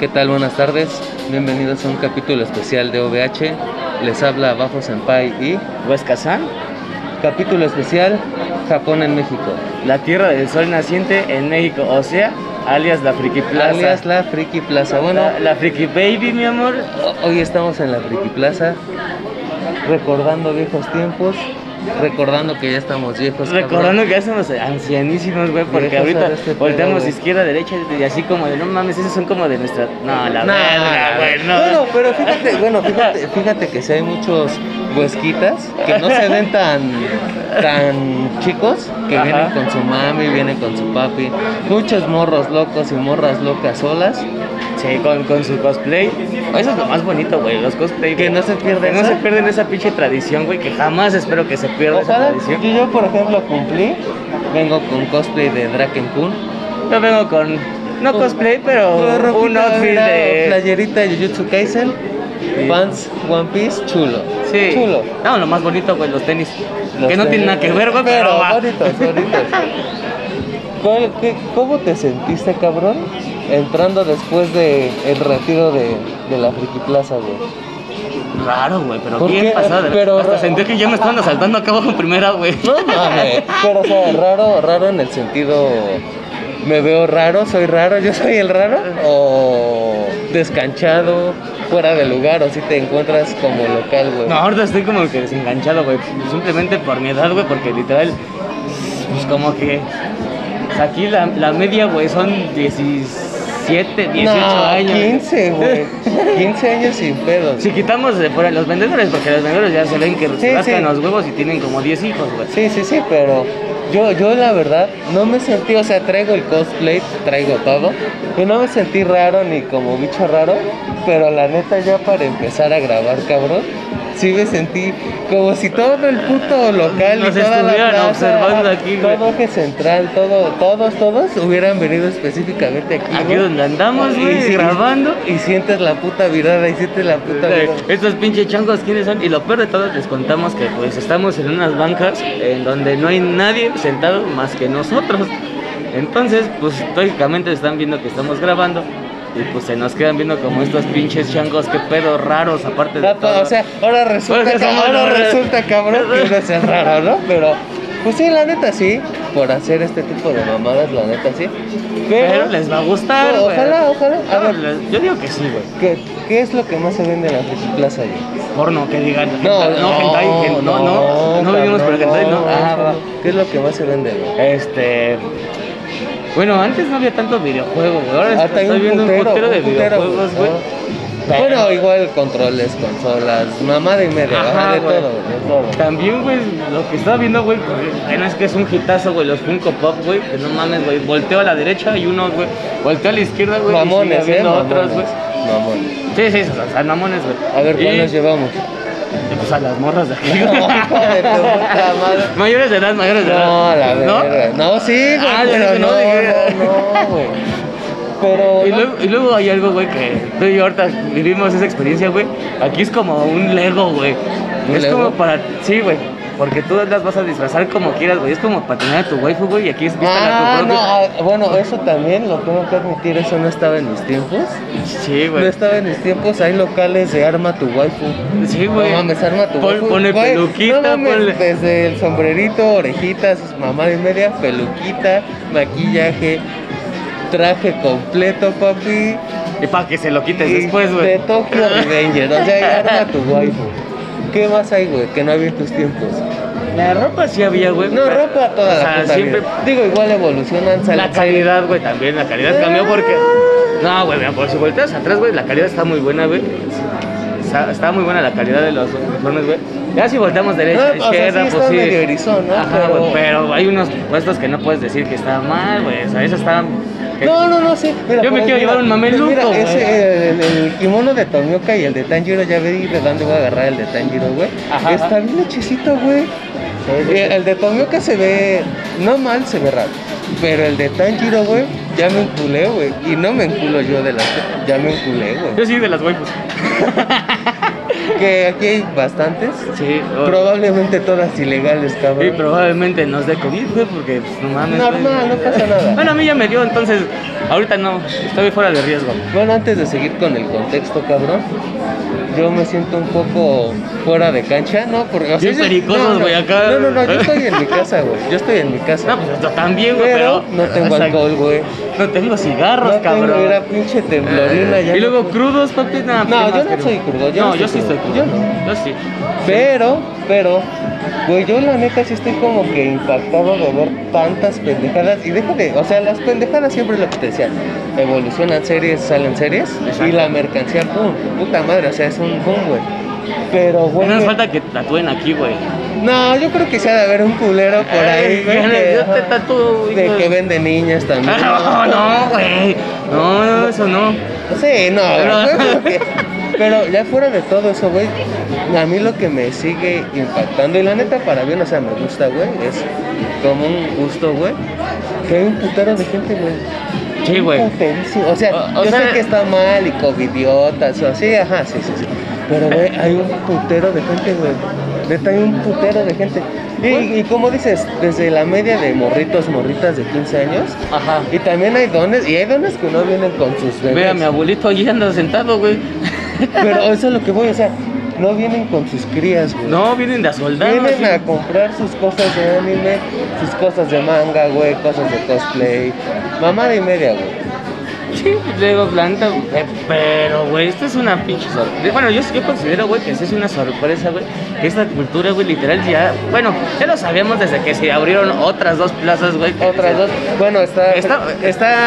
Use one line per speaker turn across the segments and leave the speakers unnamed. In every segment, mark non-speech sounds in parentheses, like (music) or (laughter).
¿Qué tal? Buenas tardes. Bienvenidos a un capítulo especial de OVH. Les habla Bajo Senpai y
Huesca San,
capítulo especial Japón en México.
la tierra del sol naciente en México, o sea, alias la Friki Plaza.
Alias la Friki Plaza. Bueno,
la, la Friki Baby, mi amor.
ho- hoy estamos en la Friki Plaza recordando viejos tiempos, recordando que ya estamos viejos. Pues, cabrón.
Recordando que ya somos ancianísimos, güey, porque
Viejos
ahorita
de este pedo,
volteamos
güey.
izquierda, derecha y así como de, no mames, esos son como de nuestra... No, la
No,
verga,
no,
güey, no.
Bueno, pero fíjate, bueno, fíjate, fíjate que si hay muchos huesquitas que no se ven tan, tan chicos, que
Ajá.
vienen con su mami, vienen con su papi, muchos morros locos y morras locas solas.
Sí, con, con su cosplay. Eso es lo más bonito, güey, los cosplay.
Que
güey.
no se ¿eh? pierda
Que no
esa.
se pierden esa pinche tradición, güey, que jamás espero que se pierda
Ojalá,
esa tradición.
que yo por ejemplo cumplí, vengo con cosplay de Draken Kun.
Yo vengo con, no cosplay,
Con
pero
ropita
un outfit
dorada,
de...
Playerita de Jujutsu Kaisen, pants One Piece, chulo.
Sí.
Chulo.
No, lo más bonito, güey, los tenis.
Los
que no tienen nada que ver, güey, pero,
Pero
va.
bonitos, bonitos. ¿Cuál- qué- ¿Cómo te sentiste, cabrón? Entrando después de el retiro de, de la Friki Plaza, güey.
Raro, güey, pero
¿Por
bien
qué?
pasado. de-
Pero-
Hasta sentí que ya me estaban asaltando acá abajo en primera, güey.
No mames. Pero, o sea, raro, raro en el sentido. ¿Me veo raro? ¿Soy raro? ¿Yo soy el raro? ¿O descanchado? ¿Fuera de lugar? ¿O si te encuentras como local, güey?
(laughs) No, ahorita estoy como que desenganchado, güey. Simplemente por mi edad, güey, porque literal, pues como que. pues, Aquí la, la media, güey, son 17, 18
No,
años.
15, güey. 15 años sin pedos.
(laughs) Si quitamos de fuera los vendedores, porque los vendedores ya se ven que
Sí,
se rascan
sí.
los huevos y tienen como 10 hijos, güey.
Sí, sí, sí, pero yo, yo la verdad no me sentí, o sea, traigo el cosplay, traigo todo, y no me sentí raro ni como bicho raro, pero la neta ya para empezar a grabar, cabrón, sí me sentí como si todo el puto local
Nos
y toda la
estuvieran
plaza,
observando aquí, güey.
todo que central, todo, todos, todos hubieran venido específicamente aquí,
Aquí
güey.
donde andamos,
Y
güey,
si-
grabando.
y sientes la puta virada, y sientes la puta virada.
Estos pinches changos, ¿quiénes son? Y lo peor de todo, les contamos que pues estamos en unas bancas en donde no hay nadie sentado más que nosotros. Entonces, pues lógicamente están viendo que estamos grabando y pues se nos quedan viendo como estos pinches changos, qué pedo raros, aparte de
Ya, pa-
todo.
Ah, pues, o sea, ahora resulta,
Ahora
que
somos
ahora
los-
resulta cabrón que uno es el raro, ¿no? Pero, pues sí, la neta sí, por hacer este tipo de mamadas, la neta sí.
pero, les va a gustar,
Pero
güey.
Pues, ojalá, ojalá. A
No,
ver.
les- Yo digo que sí, güey.
¿Qué, qué es lo que más se vende en la Friki Plaza? güey?
Porno, que digan.
No,
hentai- no, hentai, hen- no, no, no, vivimos por el
cabrón,
hentai, no.
Ah, va. ¿Qué es lo que más se vende, güey?
Este. Bueno, antes no había tanto videojuego, güey. Ahora
Hasta hay
estoy viendo un putero de
un Ah, putero,
videojuegos, güey.
¿no?
Pero-
Bueno, igual controles, consolas, mamada y media,
Ajá,
ajá, de
güey.
todo, güey, de todo.
También, güey, lo que estaba viendo, güey, bueno, es que es un hitazo, güey, los Funko Pop, güey, que no mames, güey. Volteo a la derecha y unos, güey. Volteo a la izquierda, güey, y
Mamones,
sigue
¿eh?
viendo
Mamones,
otros, güey.
mamones.
Sí, sí, o sea, mamones, güey.
A ver, ¿cuál
Y,
nos llevamos?
Pues a las morras
(laughs)
de aquí.
No, de tu puta madre.
mayores de edad, mayores de edad.
No, la
¿No?
verga. No, sí, güey,
Ah, yo
pero
dije,
no,
no, dije.
no, no, güey. Pero
Y
no,
luego, y luego hay algo, güey, que tú y yo ahorita vivimos esa experiencia, güey. Aquí es como un Lego, güey.
¿Un
Es
Lego?
como para. Sí, güey. Porque tú las vas a disfrazar como quieras, güey. Es como para tener a tu waifu, güey. Y aquí es vístela
Ah,
a tu
no,
propio.
ah, bueno, eso también lo tengo que admitir, eso no estaba en mis tiempos.
Sí,
No
güey.
estaba en mis tiempos, hay locales de arma tu waifu.
Sí, güey.
No mames, arma tu
Pon-
waifu.
Ponle
Güey,
peluquita,
no mames,
ponle.
Desde el sombrerito, orejitas, mamá y media, peluquita, maquillaje, traje completo, papi.
Y para que se lo quites
Y
después, güey.
De Tokyo Revenger, o sea, (laughs) y arma tu waifu. ¿Qué más hay, güey, que no había en tus tiempos?
(laughs) La ropa sí había, güey.
No,
pero-
ropa toda
Pues, o
la
sea,
puta
siempre.
vida. Digo, igual evolucionan, sale-
La calidad, güey, también. La calidad cambió porque. No, güey, mira, por si volteas atrás, güey, la calidad está muy buena, güey. Está, está muy buena la calidad de los uniformes, güey. Ya si volteamos derecha,
No, o sea,
izquierda,
sí
pues
está
sí.
medio erizón, ¿no?
Ajá,
Pero-
güey, pero hay unos puestos que no puedes decir que está mal, güey. O sea, esos están. que-
No, no, no, sí. Mira,
Yo me
pero
quiero llevar un mameluco,
Mira,
güey.
ese, el, el- el kimono de Tomioka y el de Tanjiro, ya vi de dónde voy a agarrar el de Tanjiro, güey.
Ajá.
Está bien hechicito, güey. Y El de Tomioka se ve, no mal, se ve raro. Pero el de Tanjiro, güey, ya me enculé, güey.
pues.
Y no me enculo yo de la... Ya me enculé, güey.
Yo sí, de las waifus.
que aquí hay bastantes.
Sí, o-
Probablemente todas ilegales,
sí,
cabrón.
probablemente nos dé COVID, güey, porque pues, no mames. güey.
Normal, no pasa nada.
Bueno, a mí ya me dio, entonces ahorita no, estoy fuera de riesgo.
Bueno, antes de seguir con el contexto, cabrón, yo me siento un poco fuera de cancha, ¿no? Porque o sea,
Bien
yo-
pericosos,
no, no,
güey, acá.
No, no, no, yo estoy en mi casa, güey. Yo estoy en mi casa.
No, pues yo también, güey,
pero
pero.
no tengo
o sea,
alcohol, güey.
No tengo cigarros,
No
cabrón.
tengo, era pinche temblorina ya.
y luego
no-
crudos, papi,
No,
nada. ¿qué más
yo no
queremos?
soy crudo, yo
no,
no
yo sí
soy
soy
crudo,
crudo.
yo no.
Yo sí.
Pero, pero, güey, yo la neta sí estoy como que impactado de ver tantas pendejadas. Y déjate, o sea, las pendejadas siempre es lo que te decía. Evolucionan series, salen series. Y
Exacto.
la mercancía, pum, puta madre, o sea, es un boom, güey. Pero, güey.
No nos
que-
falta que tatúen aquí, güey.
No, yo creo que se ha de haber un culero por ahí,
(laughs) Ay,
güey.
yo
que-
Ah, te tatúo,
De
hijo de-
que vende niñas también.
Ah, (laughs) No, no, güey. No, no, eso no.
Sí,
(laughs)
no,
Pero-
güey, pero, que- pero ya fuera de todo eso, güey, a mí lo que me sigue impactando, y la neta para bien, o sea, me gusta, güey, es como un gusto, güey, que hay un putero de gente, güey.
Sí, güey.
Puterísimo. O sea,
O- o
yo sé
sea-
que está mal y covidiotas o así, ajá, sí, sí, sí. Pero, güey, hay un putero de gente, güey. Neta, hay un putero de gente. Y, y como dices, desde la media de morritos, morritas de 15 años.
Ajá.
Y también hay dones, y hay dones que no vienen con sus bebés.
Ve a mi abuelito allí anda sentado, güey. (laughs)
Pero eso es lo que voy, o sea, no vienen con sus crías, güey.
No, vienen de a soldado.
Vienen
sí.
a comprar sus cosas de anime, sus cosas de manga, güey, cosas de cosplay. Mamada y media, güey.
Sí, luego planta, eh, pero güey, esto es una pinche sorpresa. Bueno, yo, yo considero, güey, que sí es una sorpresa, güey, que esta cultura, güey, literal ya, bueno, ya lo sabíamos desde que se abrieron otras dos plazas, güey. que
Otras
se-
dos. Bueno, está, está,
Está-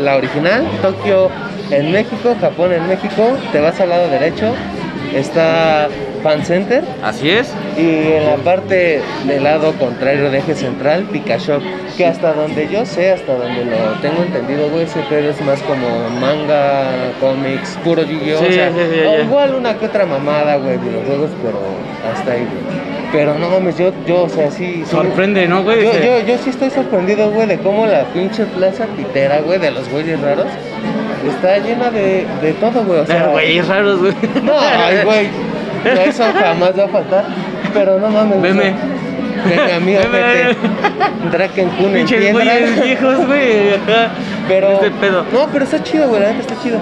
la original, Tokio en México, Japón en México. Te vas al lado derecho. Está Fan Center.
Así es.
Y en la parte del lado contrario de eje central, Pikachu, que hasta donde yo sé, hasta donde lo tengo entendido, güey, ese pedo es más como manga, cómics, puro Yu-Gi-Oh! o
Sí,
sea,
sí, sí,
o
ya.
igual una que otra mamada, güey, videojuegos, pero hasta ahí, güey. Pero no mames, yo, yo, o sea, sí. sí-
Sorprende, ¿no, güey?
Yo,
Ese-
yo, yo sí estoy sorprendido, güey, de cómo la pinche plaza pitera, güey, de los güeyes raros, está llena de, de todo, güey. O sea,
Pero, güey, raros, güey. (laughs)
no, ay, güey. no, Eso jamás va a faltar. Pero no mames.
Veme.
Veme, amigo,
Veme,
vete. Draken Kun en
Pinches güeyes
piedra.
viejos, güey, acá.
Pero.
Este pedo.
No, pero está chido, güey. La neta está chido.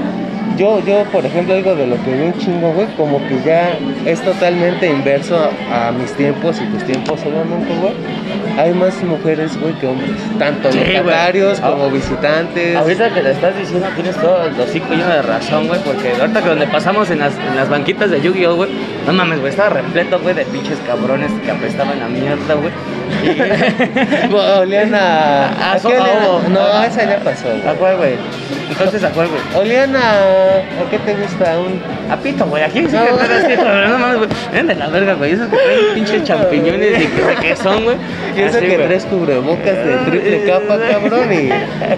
Yo, yo, por ejemplo, algo de lo que veo un chingo, güey, como que ya es totalmente inverso a, a mis tiempos y tus tiempos, obviamente, güey. Hay más mujeres, güey, que hombres. Tanto
Sí, güey.
locatarios
Ah.
como visitantes.
Ahorita que lo estás diciendo tienes todo el hocico lleno de razón, güey, porque ahorita que donde pasamos en las, en las banquitas de Yu-Gi-Oh, güey, no mames, güey, estaba repleto, güey, de pinches cabrones que apestaban a mierda, güey. Y-
Olían a.
A
¿a qué
sopa
olían?
ovo.
No, esa ya pasó, güey.
¿A cuál, güey? Entonces, ¿a cuál, güey?
Olían a. ¿A qué te gusta? Un.
A pito, güey, aquí sí
No.
que pedo así, güey, no mames, güey. Ven de la verga, güey, esos que traen pinches champiñones y que sé qué son, güey.
(laughs) Y eso
Así,
que
Ah, güey.
tres cubrebocas de triple capa, cabrón, y...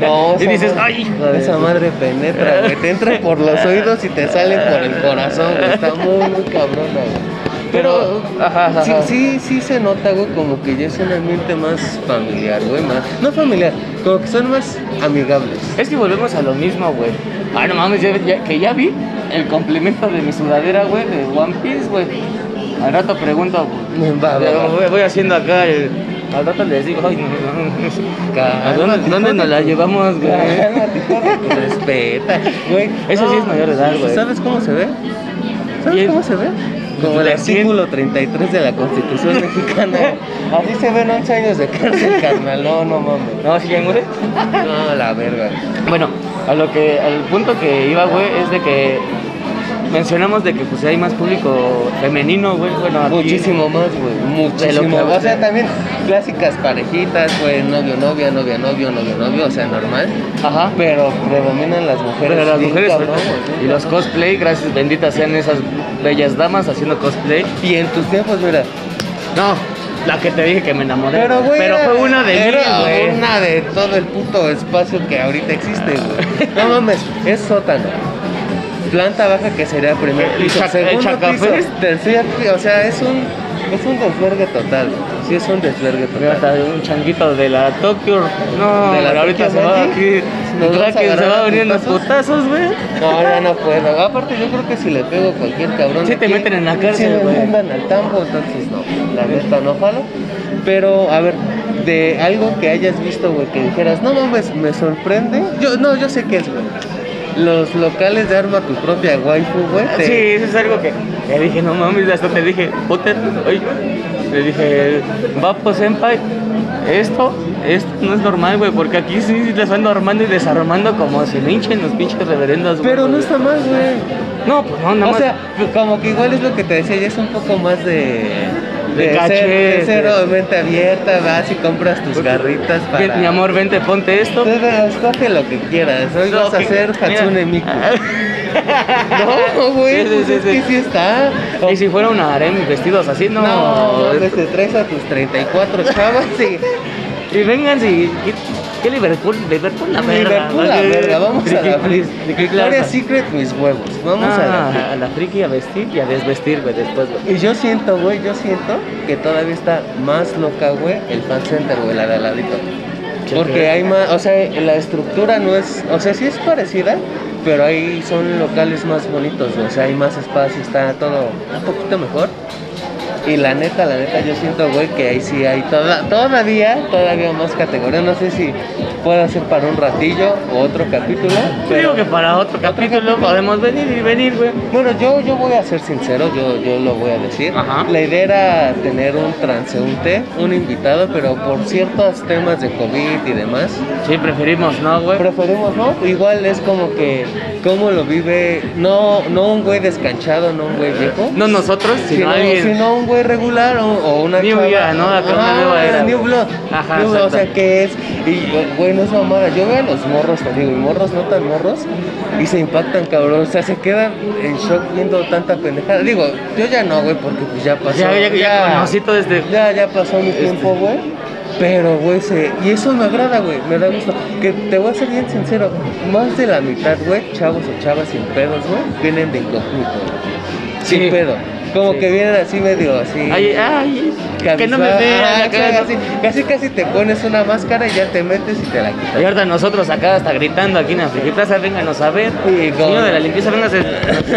No,
Y
esa
dices,
madre-
"Ay, hijo de
Esa
su-".
madre penetra, güey. Te entra por los oídos y te sale por el corazón, güey. Está muy, muy cabrona, güey.
Pero, ajá, ajá,
sí,
ajá.
sí, sí se nota, güey, como que ya es un ambiente más familiar, güey, más... No familiar, como que son más amigables.
Es que volvemos a lo mismo, güey. Ay, no mames, ya- ya- que ya vi el complemento de mi sudadera, güey, de One Piece, güey. Al rato pregunto,
Va, va, va.
voy, voy haciendo acá el... Al rato les digo, ay, no, no,
Calma,
¿A dónde,
hijo
dónde
de
nos la
tu-
llevamos, güey? (laughs)
Cálmate, hijo de tu- Respeta, güey.
Eso sí es mayor de edad, güey.
¿Sabes cómo se ve? ¿Sabes
Bien.
cómo se ve? Como el
Bien.
artículo 33 de la Constitución Mexicana. Así se ven 11 años de cárcel, carnal. No, no mames.
No, sí, ya, güey.
No, la verga.
Bueno, a lo que, al punto que iba, güey, es de que mencionamos de que pues hay más público femenino, güey, bueno, aquí-
Muchísimo más, güey. Muchísimo.
De lo que-
O sea, también clásicas parejitas, güey. Novio, novia, novia, novio, novio, novio. O sea, normal.
Ajá.
Pero predominan las mujeres.
Pero las
bien
mujeres
cabrón,
(laughs) y
güey.
los cosplay, gracias benditas sean esas bellas damas haciendo cosplay.
Y en tus tiempos, mira,
No, la que te dije que me enamoré.
Pero, güey,
pero
era-
fue una de
era
mí, güey.
una de todo el puto espacio que ahorita existe, güey. No mames, es sótano. Planta baja que sería primer
El
piso,
chac- el
segundo piso,
chacafés.
tercer piso, o sea, es un es un desvergue total. güey. O sí es un desvergue
Mira,
total.
hasta un changuito de la Tokyo. No,
De la
pero ahorita
Tokyo
se va
Magic.
aquí.
Nos vamos a
Kraken se
agarrar
va
a
a venir unos
putazos.
putazos, güey.
No, ya no puedo. Aparte, yo creo que si le pego a cualquier cabrón.
Sí te
aquí,
meten en la
sí
cárcel,
me
güey.
mandan al tambo, entonces no. La neta no jalo. Pero, a ver, de algo que hayas visto, güey, que dijeras, no mames, me sorprende. Yo, no, yo sé qué es, güey. Los locales de arma tu propia waifu, güey. te-
Sí, eso es algo que le dije, no mames, hasta te dije, puta, oye, le dije, Vapo Senpai, esto, esto no es normal, güey, porque aquí sí las van armando y desarmando como se hinchen los pinches reverendos.
Pero no
güey.
está mal, güey.
No, pues no, nada
o
más.
sea, como que igual es lo que te decía, ya es un poco más de.
De
Ser, de
caché,
ser
de-
mente abierta, vas y compras tus garritas
Ven,
para.
Mi amor, vente, ponte esto.
Nada, escoge lo que quieras. Hoy
Lo
vas a
que-
hacer Hatsune Miku.
(laughs)
No, güey,
Sí, sí,
pues
sí,
es
sí.
que sí está.
Y si fuera una harem vestidos así, no.
No, no te traes a tus 34 chavas y
Y vengan, si. ¿Qué, qué Liverpool? Liverpool la verga.
Liverpool la
güey.
verga, vamos a
Friki-
la fris.
friki- friki-
Victoria Secret mis huevos, vamos a la
Ah, a la friki a vestir y a desvestir, güey, después, güey.
Y yo siento, güey, yo siento que todavía está más loca, güey, el fan center, güey, la de al ladito.
Sí,
Porque
creo.
hay más, o sea, la estructura no es, o sea, sí es parecida, pero ahí son locales más bonitos, güey, o sea, hay más espacio, está todo un poquito mejor. Y la neta, la neta, yo siento, güey, que ahí sí hay toda, todavía, todavía más categorías. No sé si puedo hacer para un ratillo o otro capítulo.
Yo
pero-
digo que para otro capítulo podemos venir y venir, güey.
bueno, yo, yo voy a ser sincero, yo, yo lo voy a decir.
Ajá.
La idea era tener un transeúnte, un invitado, pero por ciertos temas de COVID y demás,
Sí, preferimos, ¿no, güey?
preferimos, ¿no? Igual es como que, cómo lo vive, no, no un güey descanchado, no un güey viejo.
No nosotros, sino alguien.
sino un güey regular o, o una
New
chava.
era, ¿no? Acá una
Ah,
nueva era,
New
güey.
Blood.
Ajá,
New Blood, o sea,
exacto.
que es... Y, güey, no es mamada. Yo veo a los morros, te digo, y morros no tan morros, y se impactan, cabrón. O sea, se quedan en shock viendo tanta pendejada. Digo, yo ya no, güey, porque pues ya pasó.
ya, ya, ya conocí todo este.
Ya, ya pasó mi
Este.
tiempo, güey. Pero, güey, se... y eso me agrada, güey, me da gusto. Que te voy a ser bien sincero, más de la mitad, güey, chavos o chavas sin pedos, güey, vienen de incógnito, güey.
Sí.
Sin pedo. Como
Sí.
que vienen así medio así.
Ay, ay, que no me
cabizbaja.
vean
Ah,
acá.
casi, casi, casi te pones una máscara y ya te metes y te la
(laughs)
quitas.
Y ahorita nosotros acá hasta gritando aquí en la Friki Plaza, vénganos a ver.
Sí, cómo
Señor de la
no. (laughs)
limpieza, véngase,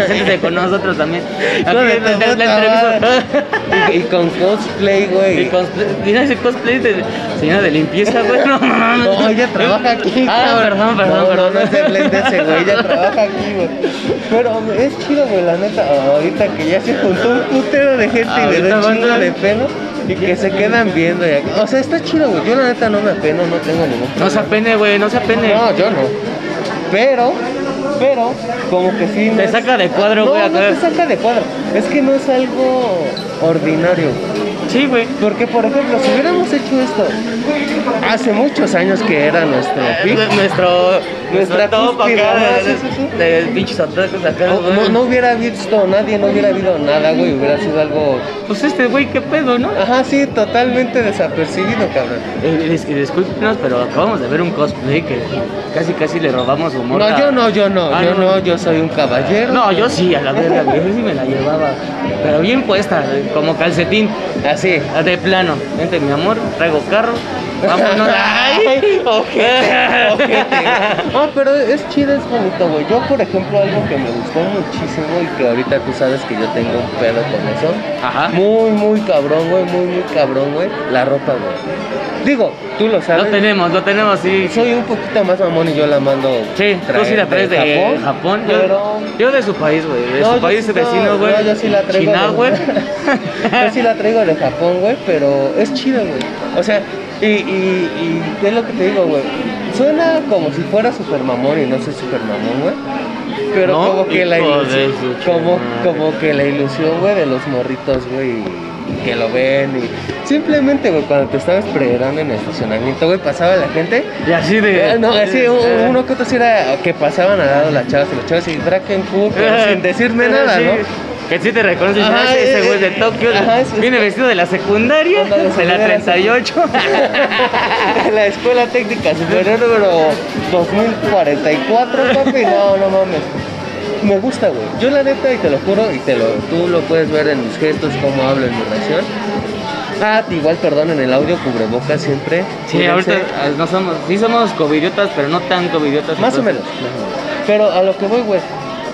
siéntese con nosotros también. Aquí
Hijo de
la- la-
tu
la
puta
(laughs) entrevista.
madre. (laughs) y, y con cosplay, güey.
Y cosplay, mira ese cosplay de señora de limpieza, güey, no mames.
No, ella trabaja aquí.
Ah,
cabrón.
perdón,
no,
perdón, perdón.
No, no se blende ese, güey. Ella trabaja aquí, güey. Pero güey, es chido, güey, la neta. Ah, Ahorita que ya se juntó un putero de gente y le
Ahorita
da un
van
chingo
a-
de pelo y que se quedan viendo. y acá. O sea, está chido, güey. Yo la neta no me apeno, no tengo ningún problema.
No se apene, güey, no se apene.
No, yo no. Pero, pero, como que sí. no
Te
es-
saca de cuadro,
No,
güey,
no
acá.
te saca de cuadro. Es que no es algo ordinario. güey.
Sí, güey.
Porque, por ejemplo, si hubiéramos hecho esto hace muchos años que era nuestro pick,
Eh, Nuestro,
Nuestra
nuestro top
cúspide,
acá,
ajá,
de,
sí, sí, sí.
de pinches otakus acá.
no,
güey.
no- no hubiera visto nadie, no hubiera habido nada, güey. Hubiera sido algo.
Pues este güey, qué pedo, ¿no?
Ajá, sí, totalmente desapercibido, cabrón.
Eh, Es que discúlpenos, pero acabamos de ver un cosplay que casi casi le robamos humor.
No, yo no, yo no,
Ah,
yo
no,
no,
no.
yo soy un caballero.
No, yo sí, a la verga, güey, yo sí me la llevaba. Pero bien puesta, eh, como calcetín,
Así.
Ah, de plano. Vente, mi amor, traigo carro,
(laughs)
vámonos. ¡Ay!
ojete,
(laughs)
ojete. No, pero es chido, es bonito, güey. Yo, por ejemplo, algo que me gustó muchísimo y que ahorita tú sabes que yo tengo un pedo con eso.
Ajá.
Muy, muy cabrón, güey, muy, muy cabrón, güey. La ropa, güey. Digo, tú lo
Lo
sabes.
tenemos, lo tenemos, sí.
Soy un poquito más mamón y yo la mando.
Sí, tú
traer
sí la traes de Japón. Yo,
pero...
yo de su país, güey. De
No,
su
yo
país
sí-
vecino,
no,
güey.
no, yo sí la traigo.
China,
de- (laughs)
güey.
yo sí la traigo de Japón, güey, pero es chido, güey. O sea, y, y, y es lo que te digo, güey. Suena como si fuera super mamón y no soy super mamón, güey. Pero
No,
como que la
hijo de
ilusión,
su
como,
madre.
como que la ilusión, güey, de los morritos, güey, y que lo ven y simplemente, güey, cuando te estabas esperando en el estacionamiento, güey, pasaba la gente
Y así de.
eh, No, así, un-
Eh,
uno que otro sí era que pasaban al lado las chavas y los chavos y Drakenfurt,
eh, (laughs)
pero sin decirme
eh,
nada,
sí.
¿no?
Que sí te reconoces,
Ajá,
ah, ese
eh,
güey
eh,
de Tokio,
ajá, es-
viene vestido de la secundaria,
Ándale,
de la
secundaria, sí. (laughs)
38.
La Escuela Técnica Superior número 2044, papi, no, no mames. Me gusta, güey. Yo la neta, y te lo juro, y te lo, tú lo puedes ver en mis gestos, cómo hablo en mi relación. Ah, igual, perdón, en el audio cubrebocas siempre.
Sí,
Cuídense.
ahorita ah, no somos, sí somos covidiotas, pero no tan covidiotas.
Más o
entonces-
menos. Pero a lo que voy, güey.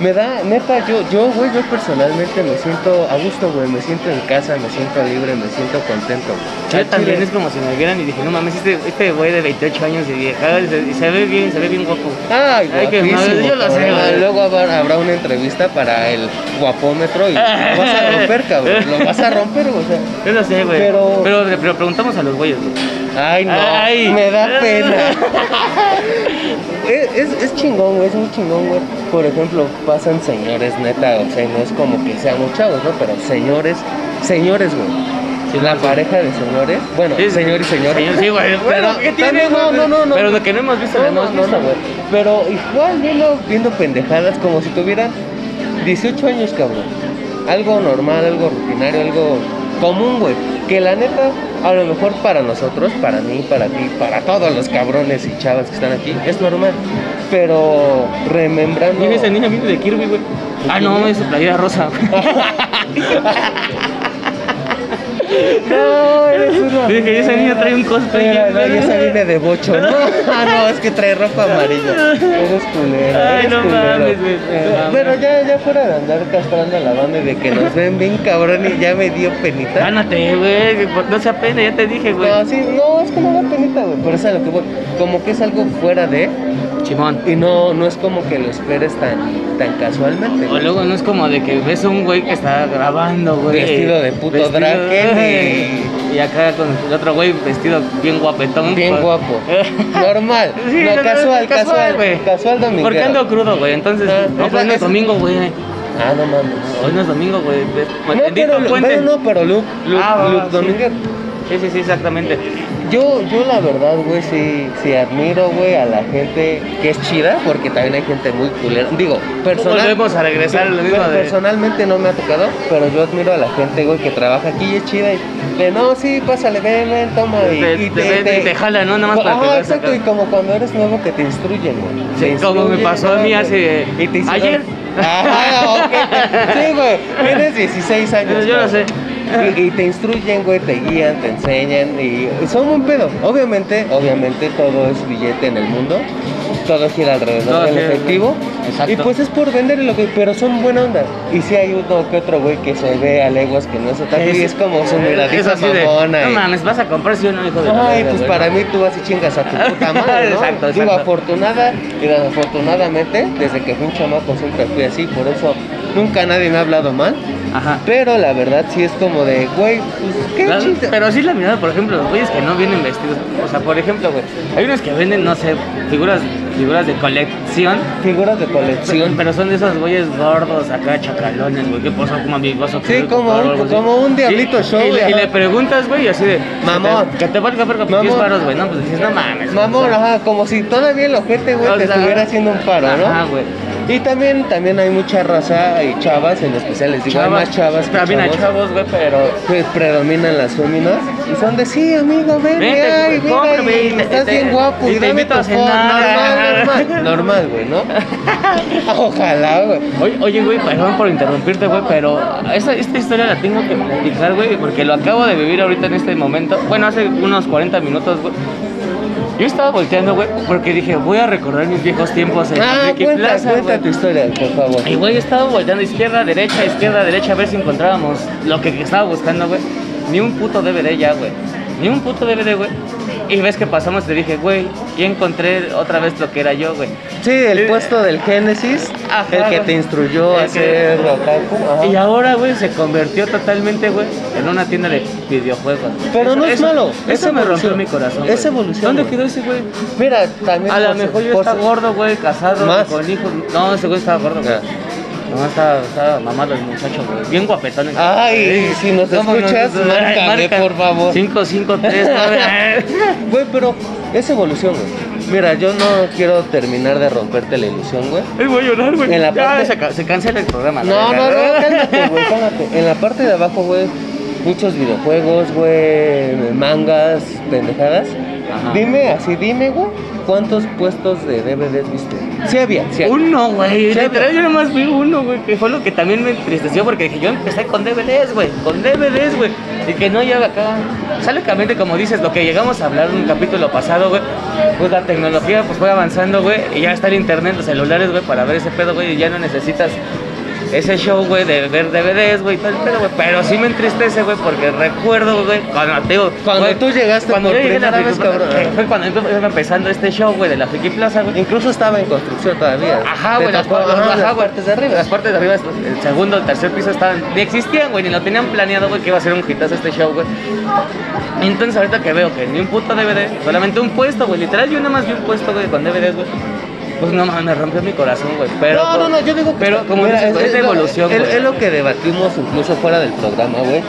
Me da, neta, yo, yo, güey, yo personalmente me siento a gusto, güey. Me siento en casa, me siento libre, me siento contento, güey.
Yo
Al
también
chile,
es como si me vieran y dije, no mames, este, este güey de 28 años y viejada, y se, y se ve bien, se ve bien guapo.
Ay,
Ay, que
guapísimo,
madre, yo lo sé,
cabrón.
güey.
Luego habrá, habrá una entrevista para el guapómetro y lo vas
(laughs)
a romper, cabrón. Lo vas a romper, o sea.
Yo lo sé, güey.
Pero-
Pero... Pero, pero preguntamos a los güeyes, güey.
Ay, no,
Ay.
me da
(laughs)
pena. es, es- es chingón, güey, es muy chingón, güey. Por ejemplo, pasan señores, neta, o sea, no es como que seamos chavos, ¿no? Pero señores, señores, güey.
Sí,
la
sí.
pareja de señores, bueno,
Sí, sí.
señor y señora.
Señor, sí, güey. Bueno,
Pero
¿qué tiene,
también, no,
güey?
no, no, no.
Pero lo que no hemos visto,
No,
lo
no,
hemos
no,
visto,
no, güey. Pero igual viendo, viendo pendejadas como si tuvieran 18 años, cabrón. Algo normal, algo rutinario, algo común, güey. Que la neta, a lo mejor para nosotros, para mí, para ti, para todos los cabrones y chavas que están aquí, es normal. Pero remembrando.
Mira, ese niño viene de Kirby, güey. Ah, no, es su
(laughs)
playera rosa.
No, eres una.
Dije, esa niña trae un cosplay.
Mira, no, y esa viene de bocho.
(laughs)
No, ah, no, es que trae ropa amarilla. Eres culero.
Ay,
eres
no
culero.
mames, güey,
Eh,
no
Pero
mames.
ya, ya fuera de andar castrando a la banda y de que nos ven bien cabrón y ya me dio penita.
Gánate, güey. que por- Ah, No se apena, ya te dije, güey.
No, sí, no, es que no da penita, güey. Por eso es a lo que voy. Como que es algo fuera de.
Chimón.
Y no, no es como que lo esperes tan, tan casualmente.
O luego no es como de que ves un güey que está grabando, güey.
Vestido de puto drag queen
y... y acá con el otro güey vestido bien guapetón. pues.
Bien
con- (laughs)
guapo. Normal.
Sí,
no,
no, no,
casual, casual.
güey.
Casual, dominguero.
Porque ando crudo, güey. Entonces,
Ah,
no,
esa-
pues no es
esa-
domingo, güey.
Ah, no mames.
Hoy no es domingo, güey. Es-
No,
Pues, bendito
pero, Lu-
puente.
pero no, pero Luke, Luke,
Ah, va,
Luke
sí.
Domínguez.
Sí, sí, sí, exactamente.
Yo, yo la verdad, güey, sí, sí admiro, güey, a la gente que es chida, porque también hay gente muy culera. Digo, personal,
Volvemos a regresar a lo mismo
per-
de-
personalmente no me ha tocado, pero yo admiro a la gente, güey, que trabaja aquí y es chida. Y de no, sí, pásale, ven, ven, toma. Y
Te-
y
te ven y te jalan, ¿no? Nada más para que
Ajá,
veas
exacto,
acá.
y como cuando eres nuevo que te instruyen, güey.
Sí,
Te
como me
instruyen,
pasó a mí
güey.
hace-
Y te hicieron-
ayer.
Ajá, ok. Sí, güey, tienes 16 años.
Yo lo
cabrón.
sé.
Y, y te instruyen, güey, te guían, te enseñan y son un pedo. Obviamente, obviamente todo es billete en el mundo. Todo gira alrededor
Todo
del
gira alrededor.
efectivo.
Exacto.
Y pues es por vender lo que, pero son buena onda. Y si hay uno que otro güey que se ve a leguas que no es otaku y es como su miradita
así de,
mamona.
No
y-
mames, vas a comprar si o no, hijo de la
Ay,
verga,
pues
güey".
para mí tú vas y chingas a tu
(laughs)
puta madre, ¿no?
Exacto,
Digo,
exacto.
afortunada y desafortunadamente, desde que fui un chamaco siempre fui así, por eso nunca nadie me ha hablado mal.
Ajá.
Pero la verdad sí es como de, güey, pues qué
Claro,
chiste.
Pero sí la mirada, por ejemplo, los güeyes que no vienen vestidos. O sea, por ejemplo, güey, hay unos que venden, no sé, figuras, figuras de colección.
Figuras de
Sí,
colección.
pero son de esos güeyes gordos acá, chacalones, güey, que posan como amigos.
Sí, como un- como un diablito show,
Y,
ajá.
le, y le preguntas, güey, así de...
Mamón.
Que te valga verga
Mamón.
10 varos, güey, no, pues dices, no mames.
Mamón, ajá, como si todavía el ojete, güey, te estuviera haciendo un paro, ¿no?
Ah, güey.
Y también, también hay mucha raza y chavas en especial, les digo, hay más chavas que
También hay chavos, güey, pero...
Pues predominan las féminas y son de sí, amigo, ven,
Vente, pues,
ay,
güey,
mira,
cómprame,
y
y te-
estás
te-
bien guapo
y
y,
te
dame
invito
tu
a
foto.
cenar.
Normal,
(laughs)
normal, normal, güey, ¿no? (laughs) Ojalá, güey.
Oye, oye, güey, perdón por interrumpirte, güey, pero esa- esta historia la tengo que platicar, güey, porque lo acabo de vivir ahorita en este momento. Bueno, hace unos 40 minutos, güey. Yo estaba volteando, güey, porque dije, voy a recordar mis viejos tiempos en
Ah,
Tzatziki
cuenta,
Plaza,
cuenta
güey.
tu historia, por favor.
Y güey, estaba volteando izquierda, derecha, izquierda, derecha a ver si encontrábamos lo que estaba buscando, güey. Ni un puto DVD ya, güey. Ni un puto DVD, güey. Y ves que pasamos y te dije, güey, ya encontré otra vez lo que era yo, güey.
Sí, el puesto del Génesis,
Ajá,
el que
güey.
te instruyó a
El que-
hacer otaku. ajá.
Y ahora, güey, se convirtió totalmente, güey, en una tienda de videojuegos. güey.
Pero no es malo,
Eso
es
me rompió
evolución.
mi corazón.
Es
güey.
evolución,
¿Dónde
güey.
quedó ese güey?
Mira, también
A lo
por-
mejor yo
por-
estaba gordo, güey, casado,
Más.
con hijos. No, ese güey estaba gordo, güey.
Ah.
No, estaba, estaba mamado el muchacho, güey. Bien guapetón. el-
Ay, si nos
¿Cómo no?
escuchas,
Ay,
márcame, por favor.
553, madre.
Güey, pero es evolución, güey. Mira, yo no quiero terminar de romperte la ilusión, güey.
(laughs) Ay, voy a llorar, güey.
En la
Ya,
parte-
se, ca- se cancela el programa. la
No, no,
verga.
no, cálmate, güey, cálmate. En la parte de abajo, güey, muchos videojuegos, güey, mangas, pendejadas.
Ajá.
Dime, así dime, güey, ¿cuántos puestos de DVDs viste? Sí había, sí había.
Uno, güey.
Sí,
Literal,
pero-
yo nomás vi uno, güey. Que fue lo que también me entristeció porque dije, yo empecé con DVDs, güey. Con DVDs, güey. Y que no llega acá. Sálvicamente, como dices, lo que llegamos a hablar en un capítulo pasado, güey. Pues la tecnología pues fue avanzando, güey. Y ya está el internet, los celulares, güey, para ver ese pedo, güey. Y ya no necesitas ese show, güey, de ver DVDs, güey. y todo el pedo, güey. Pero sí me entristece, güey, porque recuerdo, güey, cuando te digo,
Cuando
güey,
tú llegaste
cuando
por
yo llegué a la
primera
Friki
vez,
Plaza,
cabrón.
que Fue cuando iba empezando este show, güey, de la Friki Plaza, güey.
Incluso estaba en construcción todavía.
Ajá,
Te
güey, las,
tocó-
par-
ajá,
ajá,
las
güey.
partes de arriba.
Las partes de arriba, pues, el segundo, el tercer piso estaban, ni existían, güey, ni lo tenían planeado, güey, que iba a ser un hitazo este show, güey. Entonces ahorita que veo que ni un puto DVD, solamente un puesto, güey, literal, yo nada más vi un puesto, güey, con DVDs, güey. Pues no mames, me rompió mi corazón, güey. Pero,
no, no, no, yo digo que.
Pero como
Mira,
dices, güey, es,
lo-
evolución,
es-
güey.
es lo que debatimos incluso fuera del programa, güey.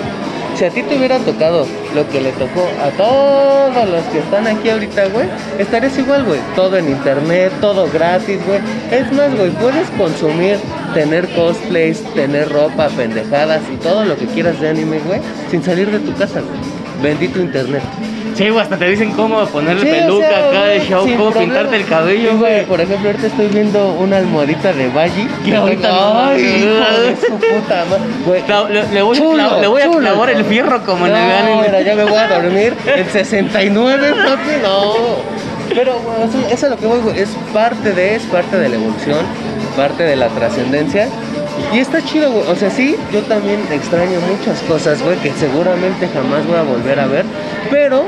Si a ti te hubiera tocado lo que le tocó a todos los que están aquí ahorita, güey, estarías igual, güey. Todo en internet, todo gratis, güey. Es más, güey, puedes consumir, tener cosplays, tener ropa, pendejadas y todo lo que quieras de anime, güey, sin salir de tu casa, güey. Bendito internet.
Sí, güey, hasta te dicen cómo ponerle
Sí, o
peluca
sea,
acá de
güey,
show,
sin
cómo
problema.
pintarte el cabello,
Sí,
güey.
Por ejemplo, ahorita estoy viendo una almohadita de Valle.
Que (laughs) ahorita no
Ay,
mames.
hijo de su puta madre. Güey,
No, le, le voy
chulo,
a, clav- le voy a
chulo.
clavar el fierro como en
no,
el anime.
mira, ya me voy a
(laughs)
dormir. El 69, papi, no. Pero, güey, eso, eso es lo que voy, güey. Es parte de, es parte de la evolución, parte de la trascendencia. Y está chido, güey. O sea, sí, yo también extraño muchas cosas, güey, que seguramente jamás voy a volver a ver. Pero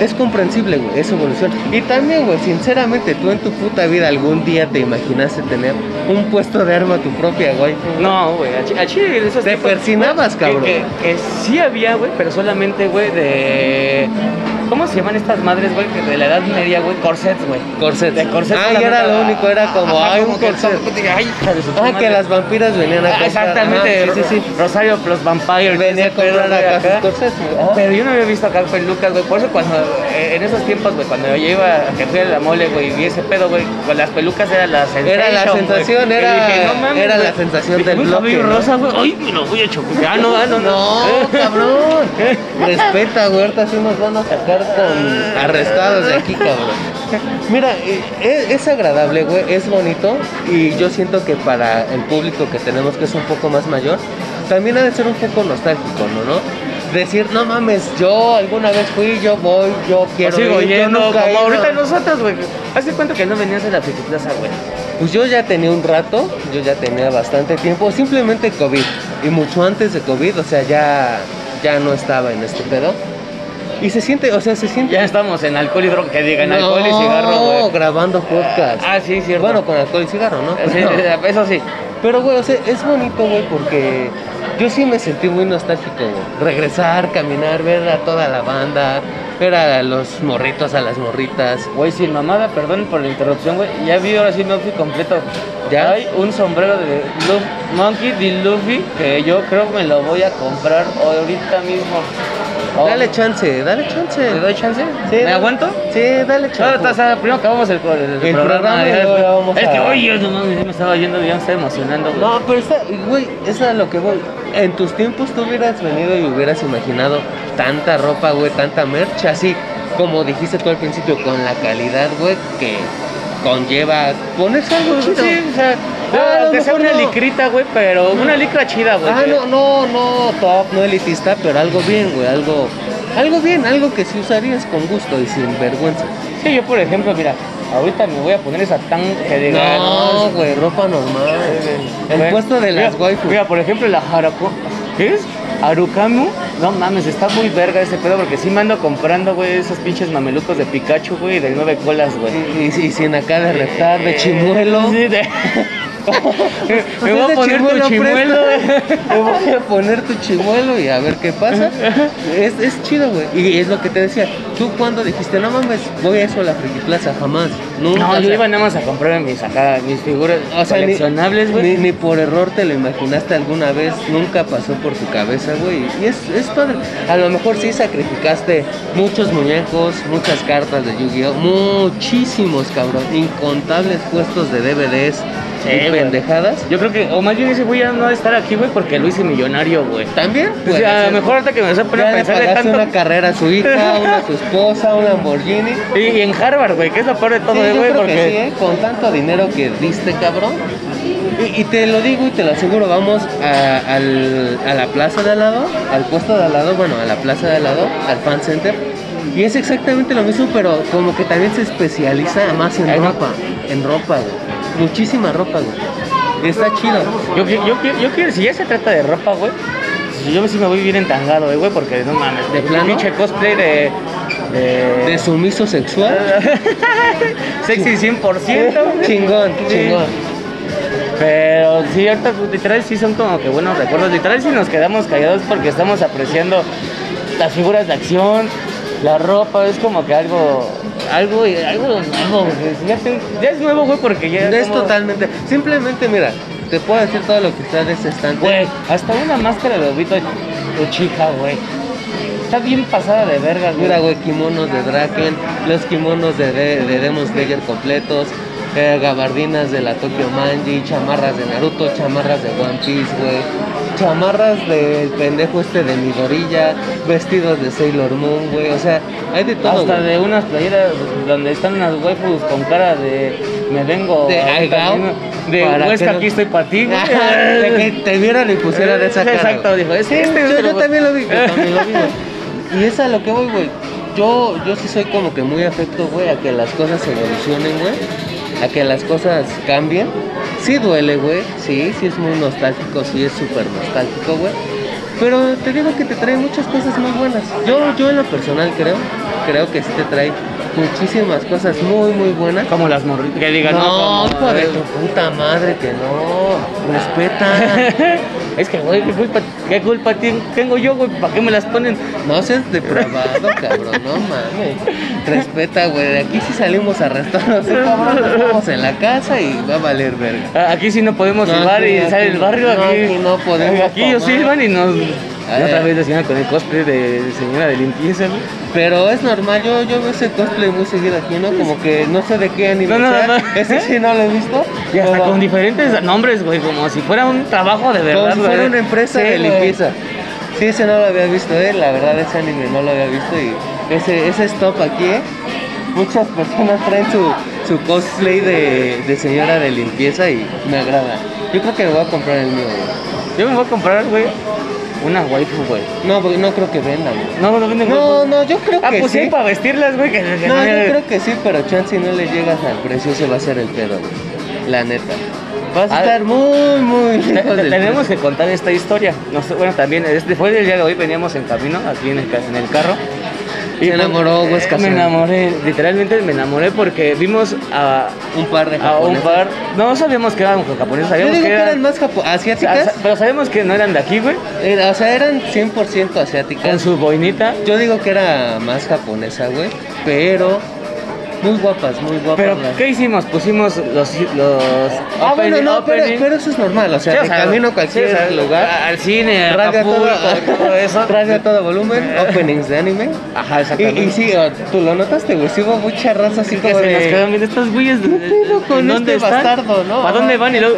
es comprensible, güey, es evolución. Y también, güey, sinceramente, tú en tu puta vida algún día te imaginaste tener un puesto de arma tu propia, güey.
No, güey, a chi- a Chile de esos
Te
tipos-
persinabas,
Pues, que-
cabrón.
Que, que sí había, güey, pero solamente, güey, de. ¿Cómo se llaman estas madres, güey? que De la edad media, güey, corsets, güey.
Corset.
De corsets.
Ah, y era
solamente,
lo
ah,
único, era como,
ajá,
ay, un
que
corset.
son- dije, ay, hija de su
Ah,
madre.
que las vampiras venían a
Ah,
comprar.
Exactamente,
Ajá, sí, sí, sí.
Rosario plus Vampire.
Venía a
ese pedo,
comprar
güey,
acá sus
acá.
corsets, güey. Ajá.
Pero yo no había visto acá pelucas, güey. Por eso cuando, eh, en esos tiempos, güey, cuando yo iba a que fui a la mole, güey, y vi ese pedo, güey, con las pelucas era la sensación.
Era la
güey.
sensación,
Y
era- era la
güey.
sensación
Dije,
del
"Uy,
bloque,
cabello
¿no?
rosa, güey. Ay, me lo voy a chocar. Ah, no, ah, no, (laughs) no.
No, cabrón. Respeta, güey. Ahorita sí nos van a sacar con arrestados de aquí, cabrón. Mira, eh, es, es agradable, güey. Es bonito. Y yo siento que para el público que tenemos, que es un poco más mayor, también ha de ser un poco nostálgico, ¿no? ¿No? Decir, no mames, yo alguna vez fui, yo voy, yo quiero.
Pues sigo
ir, yo
yendo,
nunca
como
he ido".
ahorita nosotros, güey. ¿Hace cuánto que no venías a la Plaza, güey?
Pues yo ya tenía un rato, yo ya tenía bastante tiempo, simplemente COVID. Y mucho antes de COVID, o sea, ya, ya no estaba en este pedo. Y se siente, o sea, se siente...
Ya estamos en alcohol y droga, que digan alcohol y
No,
cigarro, güey.
grabando podcast.
Ah, sí, cierto.
bueno, con alcohol y cigarro, ¿no? (laughs)
Sí, eso sí.
Pero, güey, o sea, es bonito, güey, porque yo sí me sentí muy nostálgico, güey. Regresar, caminar, ver a toda la banda, ver a los morritos, a las morritas.
Güey, sin mamada, perdón por la interrupción, güey. Ya vi ahora sí mi outfit completo.
¿Ya?
Hay un sombrero de Luff- Monkey D. Luffy que yo creo que me lo voy a comprar ahorita mismo. Oh,
Dale chance, dale chance.
¿Te doy chance?
Sí,
¿Me
dale-
aguanto?
Sí, dale
No,
chance.
está, está, primero acabamos el, pro- el
El programa,
ya
y luego
después-
vamos
Es que,
a-
oye, no mames, ya me estaba yendo, ya me estaba emocionando. güey.
No, pero está, güey, es a lo que voy. En tus tiempos tú hubieras venido y hubieras imaginado tanta ropa, güey, tanta merch, así como dijiste tú al principio, con la calidad, güey, que conlleva ponerse algo
Sí,
chido.
o sea,
Ah, a lo
aunque sea
mejor
una
no.
licrita, güey, pero una licra chida, güey.
Ah, no, no, no, top, no elitista, pero algo bien, güey, algo, algo bien, algo que sí usarías con gusto y sin vergüenza.
Sí, yo, por ejemplo, mira, ahorita me voy a poner esa tan que diga,
No,
es-
güey, ropa normal. El
Güey,
puesto de las
mira,
waifus.
Mira, por ejemplo, la Haruko. ¿Qué es? Harukamu. No mames, está muy verga ese pedo porque sí me ando comprando, güey, esos pinches mamelucos de Pikachu, güey, y del nueve colas, güey.
Y, y- y sin acá de reptar, de chimuelo. (laughs)
Sí, de... (laughs) me
Pues es
voy
de
a poner
chimuelo,
tu chimuelo,
(laughs) presta.
güey.
Me voy a poner tu chimuelo y a ver qué pasa. Es, es chido, güey. Y es lo que te decía. Tú cuando dijiste, no mames, voy a eso a la Friki Plaza, jamás. Nunca.
No,
o
yo
sea,
iba nada más a comprar mis acá, mis figuras
o sea, ni-
coleccionables, güey.
Ni, ni por error te lo imaginaste alguna vez, nunca pasó por tu cabeza, güey. Y es, es padre. A lo mejor sí sacrificaste muchos muñecos, muchas cartas de Yu-Gi-Oh! Muchísimos, cabrón. Incontables puestos de DVDs.
Sí,
y
güey.
pendejadas.
Yo creo que, o más bien ese güey ya no va a estar aquí, güey, porque lo hice millonario, güey.
También,
O
puede
sea, a
ser.
lo Pues mejor ahorita que me vas a
Pues Ya
poner a
le
pensar de
pagaste
tanto.
una carrera a su hija,
(laughs)
una a su esposa, un Lamborghini. Sí,
Y, y en Harvard, güey, que es lo peor de todo,
yo
güey,
creo
porque.
que sí, ¿eh? con tanto dinero que diste, cabrón. Y, y te lo digo y te lo aseguro, vamos a, al- a la plaza de al lado, al puesto de al lado, bueno, a la plaza de al lado, al fan center. Y es exactamente lo mismo, pero como que también se especializa más en
Ay, no.
ropa, en ropa, güey. Muchísima ropa, güey. Está chido.
Yo, qui- yo, qui- yo quiero, si ya se trata de ropa, güey, si yo sí me voy bien entangado, eh, güey, porque no mames,
¿De plano?
Pinche cosplay de. de.
De sumiso sexual.
sexy 100%, güey.
Chingón,
Sí.
chingón.
Pero sí, ahorita pues, literal sí son como que buenos recuerdos. Literal sí nos quedamos callados porque estamos apreciando las figuras de acción, la ropa, es como que algo. Algo, algo nuevo, güey. Ya, te- ya es nuevo, güey, porque ya.
Es
como-
totalmente. Simplemente, mira, te puedo decir todo lo que está en ese estante.
Güey, hasta una máscara de Obito chica, güey. Está bien pasada de verga, güey.
Mira, güey, kimonos de Draken, los kimonos de, de, de Demon Slayer completos, eh, gabardinas de la Tokyo Manji, chamarras de Naruto, chamarras de One Piece, güey. Chamarras del pendejo este de Midorilla, vestidos de Sailor Moon, güey. O sea, hay de todo.
Hasta
güey.
de unas playeras donde están unas waifus con cara de me vengo
De
ahorita
Aigao.
mismo. de
Para
"Pues,
que
que
no-
aquí estoy para ti, güey".
(laughs) De que te vieran y pusieran esa cara.
Eh, Exacto,
güey.
dijo, "Es que este
yo,
otro,
yo
güey".
también lo vi,
(laughs)
yo también lo vi, güey. Y es a lo que voy, güey. Yo, yo sí soy como que muy afecto, güey, a que las cosas evolucionen, güey. A que las cosas cambien. Sí duele, güey. Sí, sí es muy nostálgico, sí es súper nostálgico, güey. Pero te digo que te trae muchas cosas muy buenas. Yo, yo en lo personal creo, creo que sí te trae muchísimas cosas muy, muy buenas.
Como las morritas. Que digan,
No,
no,
hijo
como-
de tu puta madre, que no. Respeta.
(laughs) Es que, güey, ¿qué culpa, qué culpa tien- tengo yo, güey? ¿Para qué me las ponen?
No seas depravado, cabrón, no mames. Respeta, güey. De aquí sí salimos arrastrados, ¿eh, cabrón. Estamos en la casa y va a valer verga.
Ah, Aquí sí no podemos
No,
silbar
aquí-
y
aquí-
sale el barrio.
no,
aquí
aquí no podemos
Aquí ellos
tomar.
silban y nos.
Ay,
Y otra
ay.
vez la señora con el cosplay de señora de limpieza, güey.
Pero es normal, yo, yo veo ese cosplay muy seguido aquí, ¿no? Como que no sé de qué anime
No, no,
sea.
no.
Ese sí no lo he visto.
Y hasta
pero
con diferentes nombres, güey, como si fuera un trabajo de verdad.
Como si
güey.
fuera una empresa
Sí,
de
güey.
limpieza. Sí, ese no lo había visto, eh. La verdad, ese anime no lo había visto. Y ese, ese stop aquí, eh. Muchas personas traen su, su cosplay de, de señora de limpieza y me agrada. Yo creo que me voy a comprar el mío, güey.
Yo me voy a comprar, güey, una waifu, güey.
No, porque no creo que vendan, güey.
No, no venden
No,
waifus.
no, yo creo
Ah,
que
pues sí,
sí.
para vestirlas, güey. Que, que
No,
no-
yo creo que sí, pero chance si no le llegas al precio, se va a hacer el pedo, güey. La neta. Vas a
Ah.
estar muy, muy
Te-
lejos
te-
del
tenemos
precio.
que contar esta historia. No sé, bueno, también, este fue el día de hoy, veníamos en camino, aquí en el, ca- en el carro.
Se enamoró, güey,
pues,
es
eh,
casual.
Me enamoré, literalmente me enamoré porque vimos a,
Un par de
a un
japoneses.
par. No sabíamos que eran japoneses,
Yo
sabíamos
digo
que eran.
más japo-
ah,
asiáticas.
sa- Pero sabemos que no eran de aquí, güey.
Era- o sea, eran 100%
Con
asiáticas.
su boinita.
Yo digo que era más japonesa, güey. Pero muy guapas, muy guapas.
Pero,
las-
¿qué hicimos? Pusimos los. los
Ah, bueno,
opening-
no, pero,
opening.
pero eso es normal. O sea,
Sí, o
de
sea,
camino a
sí,
cualquier
o sea,
lugar.
Al cine,
Radio Ah, a, todo,
Acapulco,
(laughs)
todo eso. Eh.
radio a todo volumen, openings de anime.
Ajá,
Y,
exactamente.
y sí, o- tú lo notaste, güey. Sí hubo mucha raza así
Y que
como
se nos
de...
quedan viendo estos güeyes.
¿Qué pedo con
¿en dónde
este
están?
bastardo, no?
¿Para dónde
Ajá.
van? Y luego,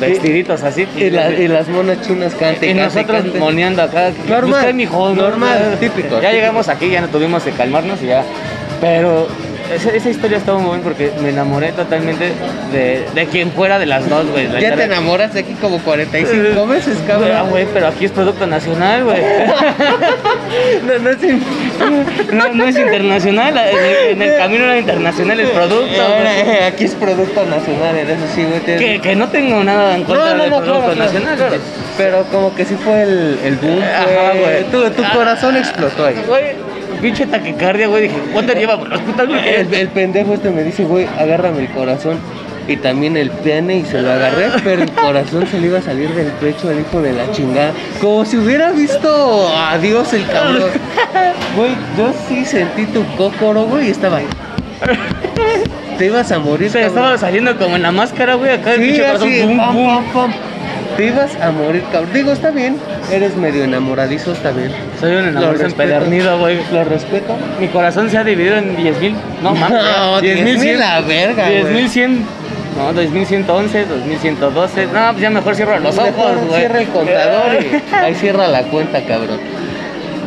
vestiditos así.
Y, la- y las monas chinas canten,
Y
canten,
nosotros
canten.
moneando acá.
Normal,
Busca a mi hijo, ¿no?
normal, típico,
Ya
típico.
llegamos aquí, ya no tuvimos que calmarnos y ya. Pero esa, esa historia estaba muy buena porque me enamoré totalmente de, de quien fuera de las dos, güey. La
Ya te
cara-
enamoras de aquí como
(laughs)
45 veces,
Ah,
cabrón.
güey, pero aquí es producto nacional, güey.
No, no, sí.
No, no es internacional. En el camino era internacional el producto.
Ahora,
güey.
eh, aquí es producto nacional, en eso sí, güey. tienes-
Que, que no tengo nada en contra del producto nacional,
claro. Pero como que sí fue el, el boom,
Ajá,
güey.
güey.
Tu, tu
Ah.
corazón explotó ahí.
Güey, pinche taquicardia, güey. Dije, ¿cuánto lleva por el hospital? güey?
El, el pendejo este me dice, güey, agárrame el corazón. Y también el pene y se lo agarré, pero el corazón se le iba a salir del pecho al hijo de la chingada. Como si hubiera visto a Dios el
(laughs)
cabrón. Güey, yo sí sentí tu cócoro, güey, y estaba... Te ibas a morir,
Se
cabrón.
estaba saliendo como en la máscara, güey. Acá el
Sí,
pinche corazón,
así,
pum,
pam,
pum.
pam, pam. Te ibas a morir, cabrón. Digo, está bien. Eres medio enamoradizo, está bien.
Soy un enamorado
respeto.
empedernido, güey.
Lo respeto. (laughs)
Mi corazón se ha dividido en 10.000. No, mames.
No, 10,000 la verga, güey.
10.100 No, 2111, 2112. No, pues ya mejor cierro los ojos,
Mejor
güey.
Cierra el contador
(laughs)
y ahí cierra la cuenta, cabrón.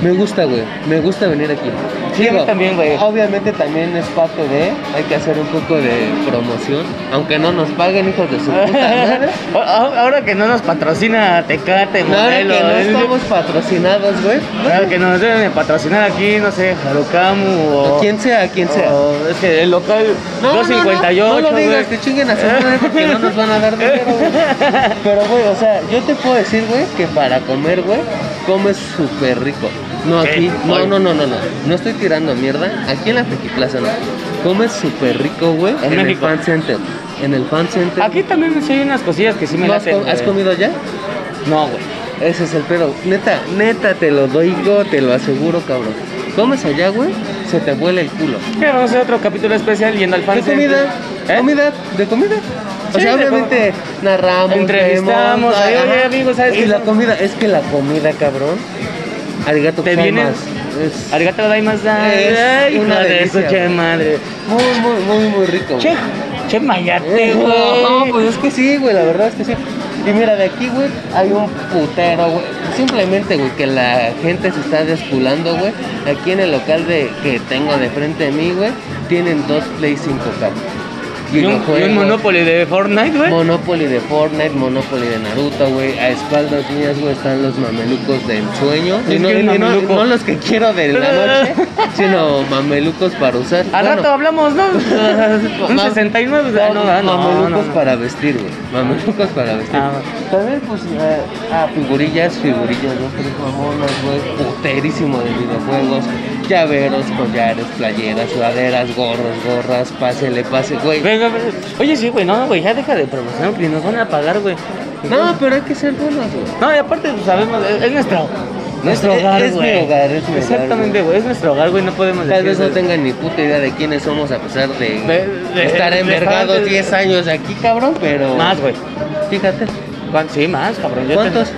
Me gusta, güey. Me gusta venir aquí.
Sí, a mí también, güey.
Obviamente también es parte de. Hay que hacer un poco de promoción. Aunque no nos paguen, hijos de su
(laughs)
puta madre.
Ahora ahora que no nos patrocina Tecate,
Claro que
Modelo.
no
¿eh?
estamos patrocinados, güey.
Claro que nos deben de patrocinar aquí, no sé, Harukamu o...
O Quien sea, quien sea.
o- es que el local
No, no, no,
258,
No, lo digas,
güey.
que chinguen a su
(laughs)
madre porque no nos van a dar dinero, güey. Pero, güey, o sea, yo te puedo decir, güey, que para comer, güey, comes súper rico. No
Sí,
aquí, no,
hoy.
no, no, no, no. No estoy tirando mierda. Aquí en la Plaza no. Comes súper rico, güey,
En
en, el
México.
Fan Center. En el Fan Center.
Aquí también sí hay unas cosillas que sí me
¿No has,
laten,
com- has
güey.
comido ya?
No, güey.
Ese es el pedo. Neta, neta, te lo doy, go, te lo aseguro, cabrón. Comes allá, güey, se te vuela el culo.
Ya vamos a hacer otro capítulo especial yendo al fan
¿De
center.
comida?
¿Eh?
¿Comida? ¿De comida? O
Sí,
sea,
de
obviamente narramos,
Entrevistamos,
vemos,
ahí,
ajá.
oye, amigo, ¿sabes
Y
qué?
la comida, es que la comida, cabrón. Arigato
Te
gozaimasu.
viene-
Es
Arigato más
Es
Ay, hijo
una
de su
delicia,
che
güey.
madre.
muy, muy, muy, muy rico. güey.
Che, che mayate,
Eh, No,
güey.
pues es que sí, güey, la verdad es que sí. Y mira, de aquí, güey, hay un putero, güey. Simplemente, güey, que la gente se está desculando, güey. Aquí en el local de que tengo de frente a mí, güey, tienen dos Play 5, cabrón.
Y un, y un
Videojuegos.
Monopoly de Fortnite, güey.
Monopoly de Fortnite, Monopoly de Naruto, güey. A espaldas mías, güey, están los mamelucos del sueño.
Es
Y no,
que
y no-
mameluco.
no los que quiero de la
(laughs)
noche, sino mamelucos para usar.
Al
Bueno,
rato hablamos,
(laughs)
¿no? un
Mam-
69,
no,
no, no, no, no,
mamelucos
no.
para vestir, güey. Mamelucos para vestir.
Ah,
También, pues, eh, ah, figurillas, figurillas, ¿no? Tres mamonas, güey. Puterísimo de videojuegos. Llaveros, collares, playeras, sudaderas, gorros, gorras. Pásele, pase, güey.
Güey, güey, güey. Oye, sí, güey, no, güey, ya deja de promocionar porque nos van a pagar, güey.
No, pero hay que ser buenos, güey.
No, y aparte, pues, sabemos, es, es nuestro, nuestro
es-
hogar,
es mi
güey.
hogar, es mi hogar,
Exactamente, güey, es nuestro hogar, güey, no podemos
Tal vez
decir,
no
güey.
tengan ni puta idea de quiénes somos a pesar de,
De- de-
estar
de-
envergado
de-
10 años aquí, cabrón, pero...
Más, güey.
Fíjate.
¿Cuán- Sí, más, cabrón. Yo
¿Cuántos?
te-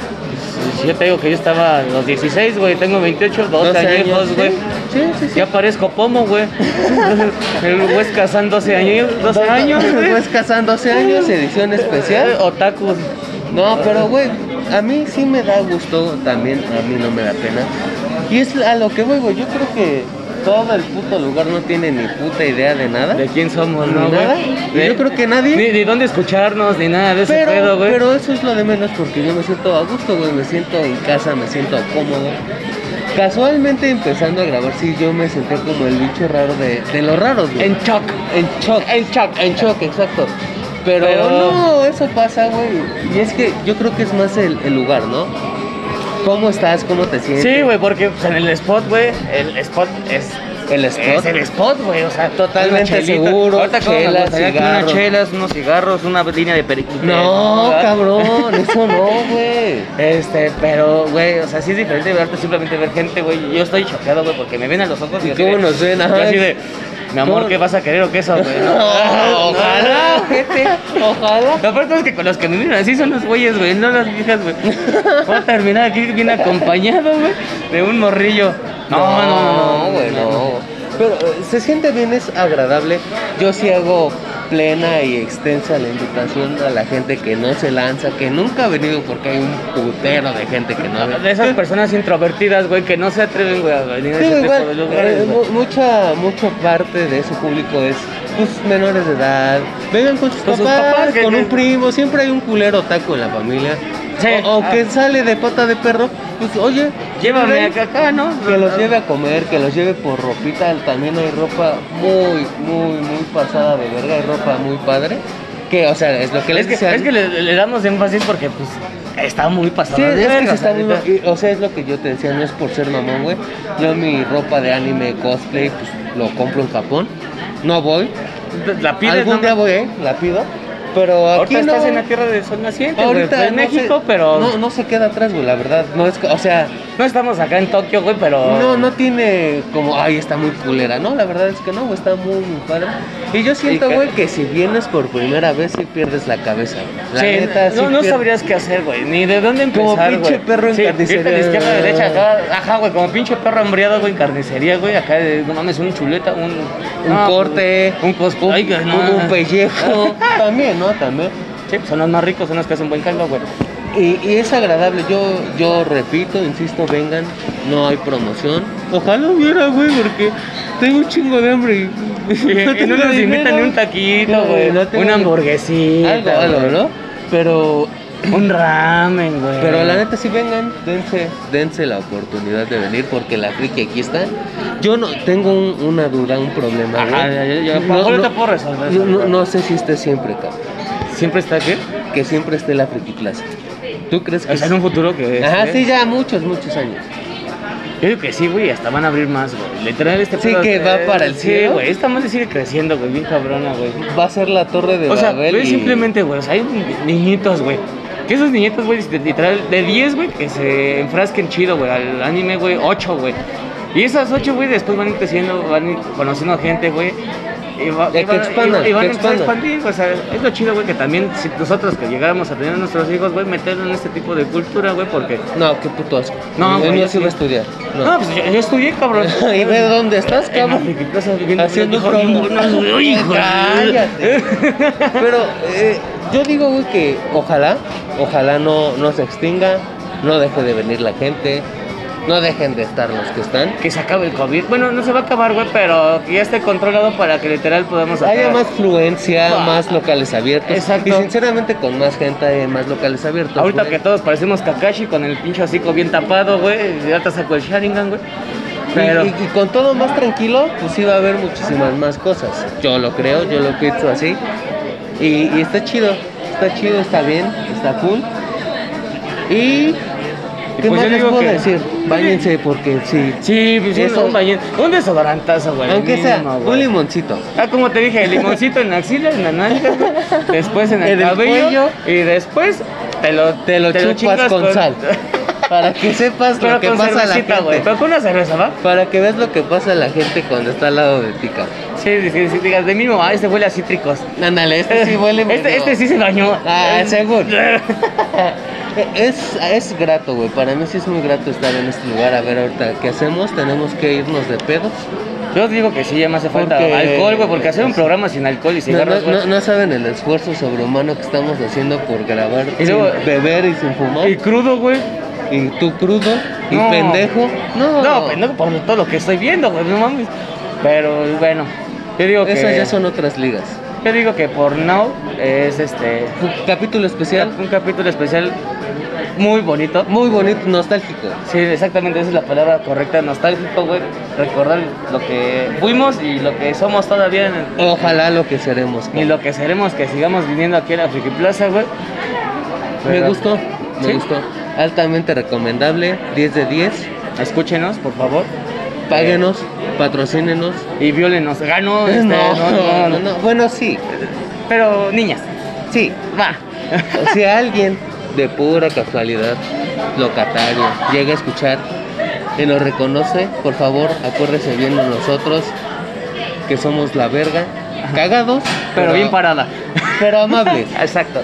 Sí, Yo te digo que yo estaba a los 16, güey, tengo 28, 12,
12
añejos,
años,
güey.
Sí, sí, sí.
Ya parezco pomo,
(laughs)
güey. El Huesca son 12 años, 12 años, güey.
Pues casan 12 años, edición
Eh,
especial.
Otakus.
No, pero güey, a mí sí me da gusto, también a mí no me da pena. Y es a lo que voy, güey, yo creo que todo el puto lugar no tiene ni puta idea de nada.
¿De quién somos,
¿Eh?
no,
Ni
güey?
nada.
De-
Yo creo que nadie.
Ni, ni dónde escucharnos, ni nada de ese
Pero,
pedo, güey.
pero eso es lo de menos porque yo me siento a gusto, güey. Me siento en casa, me siento cómodo. Casualmente empezando a grabar, sí, yo me senté como el bicho raro de, de los raros, güey.
En shock.
en shock.
En shock.
En shock, exacto. Pero,
Pero-
no, eso pasa, güey. Y es que yo creo que es más el, el lugar, ¿no? ¿Cómo estás? ¿Cómo te sientes?
Sí, güey, porque pues, en el spot, güey, el spot es...
El spot.
Es el spot, güey, o sea,
Totalmente
una chelita.
seguro,
Ahorita como me
chelas,
gustaría que
cigarros.
Unas chelas, unos cigarros, una línea de periquitos.
No,
¿verdad?
cabrón, eso no,
(laughs)
güey.
Este, pero, güey, o sea, sí es diferente verte simplemente ver gente, güey. Yo estoy choqueado, güey, porque me ven a los ojos y
¿Y
así
cómo
de-
nos ven? Ajá.
yo así de, mi amor,
¿Cómo?
¿qué vas a querer o qué eso, güey?
(laughs)
(laughs)
No, ojalá,
gente.
Ojalá.
Lo peor es que con los que me miran así son los güeyes, güey, no las viejas, güey. Voy a terminar aquí bien acompañado, güey, de un morrillo. No, no, no, no,
güey, no. Pero eh, se siente bien, es agradable. Yo sí hago plena y extensa la invitación a la gente que no se lanza, que nunca ha venido porque hay un putero de gente que no ha venido.
De esas personas introvertidas, güey, que no se atreven, güey, a venir
Digo,
a ese tipo
igual,
de lugares,
eh,
güey.
mu- mucha, mucha parte de ese público es pues, menores de edad. Vengan con sus
Con sus
papás,
papás, que-
con un
que-
primo. Siempre hay un culero taco en la familia.
Sí.
O, o que
Ah.
sale de pata de perro, pues oye,
Llévame
ven.
acá, acá, ¿no?
Que los lleve a comer, que los lleve por ropita, también hay ropa muy, muy, muy pasada de verga, hay ropa muy padre. Que, o sea, es lo que les
es que,
decía.
es que le, le damos énfasis porque pues está muy pasado.
Sí, es que se está muy mal. Y, O sea, es lo que yo te decía, no es por ser mamón, güey. Yo mi ropa de anime, cosplay, pues lo compro en Japón. No voy.
La pides,
Algún
¿no?
día voy, ¿eh? La pido. Pero aquí
Ahorita
no.
estás en la tierra de sol naciente, güey.
Ahorita
Fue en
no
México,
se-
pero
No,
no,
no se queda atrás, güey, la verdad. No es, o sea,
estamos acá en Tokio, güey, pero
No, no tiene como, ay, está muy culera. No, la verdad es que no, güey, está muy, muy padre. Y yo siento,
Y que-
güey, que si vienes por primera vez, sí pierdes la cabeza, güey. La
Sí,
neta, sí
no, no
pier-
sabrías qué hacer, güey, ni de dónde empezar,
Como pinche
güey.
perro en
Sí,
carnicería.
irte de izquierda a derecha, acá, ajá, güey, como pinche perro hambriado, güey, en carnicería, güey, acá, de, no mames, un chuleta, un... pues,
Un corte,
un cosplay, (laughs)
un, un pellejo. También, ¿no? También.
Sí, pues son los más ricos, son los que hacen buen caldo,
(laughs)
güey.
Y, y es agradable, yo, yo repito, insisto, vengan, no hay promoción. Ojalá hubiera, güey, porque tengo un chingo de hambre. y-
Y
(laughs) no
no
tengo
nos invitan
dinero.
ni un taquito,
No,
güey.
no tengo-
una hamburguesita.
Algo, algo,
güey.
¿no? Pero,
Un ramen, güey.
pero la neta, si vengan, dense, dense la oportunidad de venir, porque la friki aquí está. Yo no tengo un- una duda, un problema.
Ajá,
güey.
ya, ya, ya.
No,
Ahorita
no-
puedo resolver
no-
eso,
no-
güey.
no sé si esté siempre, cabrón.
¿Siempre está qué?
que siempre esté la friki clase. ¿Tú crees que
O sea, en un futuro que.
Ajá,
esté.
sí, ya muchos, muchos años.
Yo digo que sí, güey, hasta van a abrir más, güey. Literal, este
Sí, que va para el
sí,
cielo.
güey, esta madre sigue creciendo, güey, bien cabrona, güey.
Va a ser la torre de
O sea,
Babel
güey,
y-
simplemente, güey, o sea, hay ni- niñitos, güey. Que esos niñitos, güey, de- literal, de 10, güey, que se enfrasquen chido, güey, al anime, güey, 8, güey. Y esas 8, güey, después van a ir creciendo, van a ir conociendo gente, güey. Y, va-
Ya
y
que
van-
expandan,
y- y van
que
a empezar a
expandan.
expandir, güey, o sea, es lo chido, güey, que también si nosotros que llegáramos a tener a nuestros hijos, güey, meterlos en este tipo de cultura, güey, porque...
No, qué puto asco.
No,
El
güey,
mío
yo
sí va a
sí.
estudiar.
No,
No.
pues yo, yo estudié, cabrón.
(laughs) y ve dónde estás,
En la
cabrón.
Frikiplaza viviendo
Haciendo
hijo,
promo. (laughs)
no, no, hijo. (laughs)
Cállate. Pero eh, yo digo, güey, que ojalá, ojalá no, no se extinga, no deje de venir la gente, no dejen de estar los que están.
Que se acabe el COVID. Bueno, no se va a acabar, güey, pero que ya esté controlado para que literal podamos
Haya
hacer-
más fluencia,
Ah.
más locales abiertos.
Exacto.
Y sinceramente con más gente hay más locales abiertos.
Ahorita
güey.
que todos parecemos Kakashi con el pinche hocico bien tapado, güey. Ya te sacó el Sharingan, güey. Pero.
Y, y- y con todo más tranquilo, pues sí va a haber muchísimas más cosas. Yo lo creo, yo lo pienso así. Y, y está chido, está chido, está bien, está cool. Y. ¿Qué
pues yo
más les
digo
puedo
que- (laughs)
decir? Báñense porque sí.
Sí, pues un-
Eso.
un, bañe- un desodorantazo, güey.
Aunque sea
mínimo,
un
güey.
limoncito.
Ah, como te dije, el limoncito en la axila, en la nalga, después en
(laughs)
el,
En el
cabello,
cuello.
y después te lo,
Te lo chupas
chingas
con,
(laughs)
sal. Para que sepas
Pero
lo que
con
pasa a la
cervecita,
gente.
güey. Pero con una cerveza, ¿va?
Para que veas lo que pasa a la gente cuando está al lado de ti, cabrón.
Sí, sí, sí, digas, de mínimo, ah, este huele a cítricos.
Ándale, este sí huele
(laughs) Este,
medio-
este sí se bañó. (laughs)
Ah, seguro.
Yo
(laughs) Es, es grato, güey. Para mí sí es muy grato estar en este lugar. A ver, ahorita, ¿qué hacemos? Tenemos que irnos de pedo.
digo que sí, ya me hace falta
Porque-
alcohol, güey, porque hacer un programa sin alcohol y
Pues- No, no-
cigarros, güey.
no- no saben el esfuerzo sobrehumano que estamos haciendo por grabar,
Y luego-
sin beber y sin fumar.
Y
Y,
crudo, güey.
tú crudo y
No.
pendejo. No,
No, pendejo, por todo lo que estoy viendo, güey, no mames. Pero bueno, yo digo que.
Esas ya son otras ligas.
Yo digo que por now es este.
Capítulo especial.
Un capítulo especial muy bonito.
Muy bonito, nostálgico.
Sí, exactamente, esa es la palabra correcta, nostálgico, güey. Recordar lo que fuimos y lo que somos todavía en el-
Ojalá lo que seremos.
Y lo que seremos que sigamos viniendo aquí a la Friki Plaza, güey.
Me
Pero-
gustó, me
¿Sí?
gustó. Altamente recomendable, 10 de 10.
Escúchenos, por favor.
Páguenos,
Eh.
patrocínenos.
Y violenos. Ganó.
(laughs)
este,
no,
no, no, no.
no. Bueno, sí,
Pero, niñas, (laughs)
sí.
va.
Si alguien de pura casualidad, locatario, llega a escuchar y nos reconoce, por favor, acuérdese bien de nosotros, que somos la verga, cagados,
Pero bien
(laughs)
parada.
pero amables,
Exacto.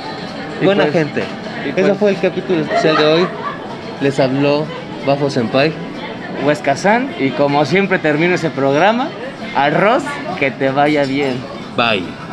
(laughs) Y
buena
pues,
gente.
y
Eso
pues-
fue el capítulo especial de hoy. Les habló Bafo Senpai.
Huesca San. Y como siempre termino ese programa, arroz, que te vaya bien.
Bye.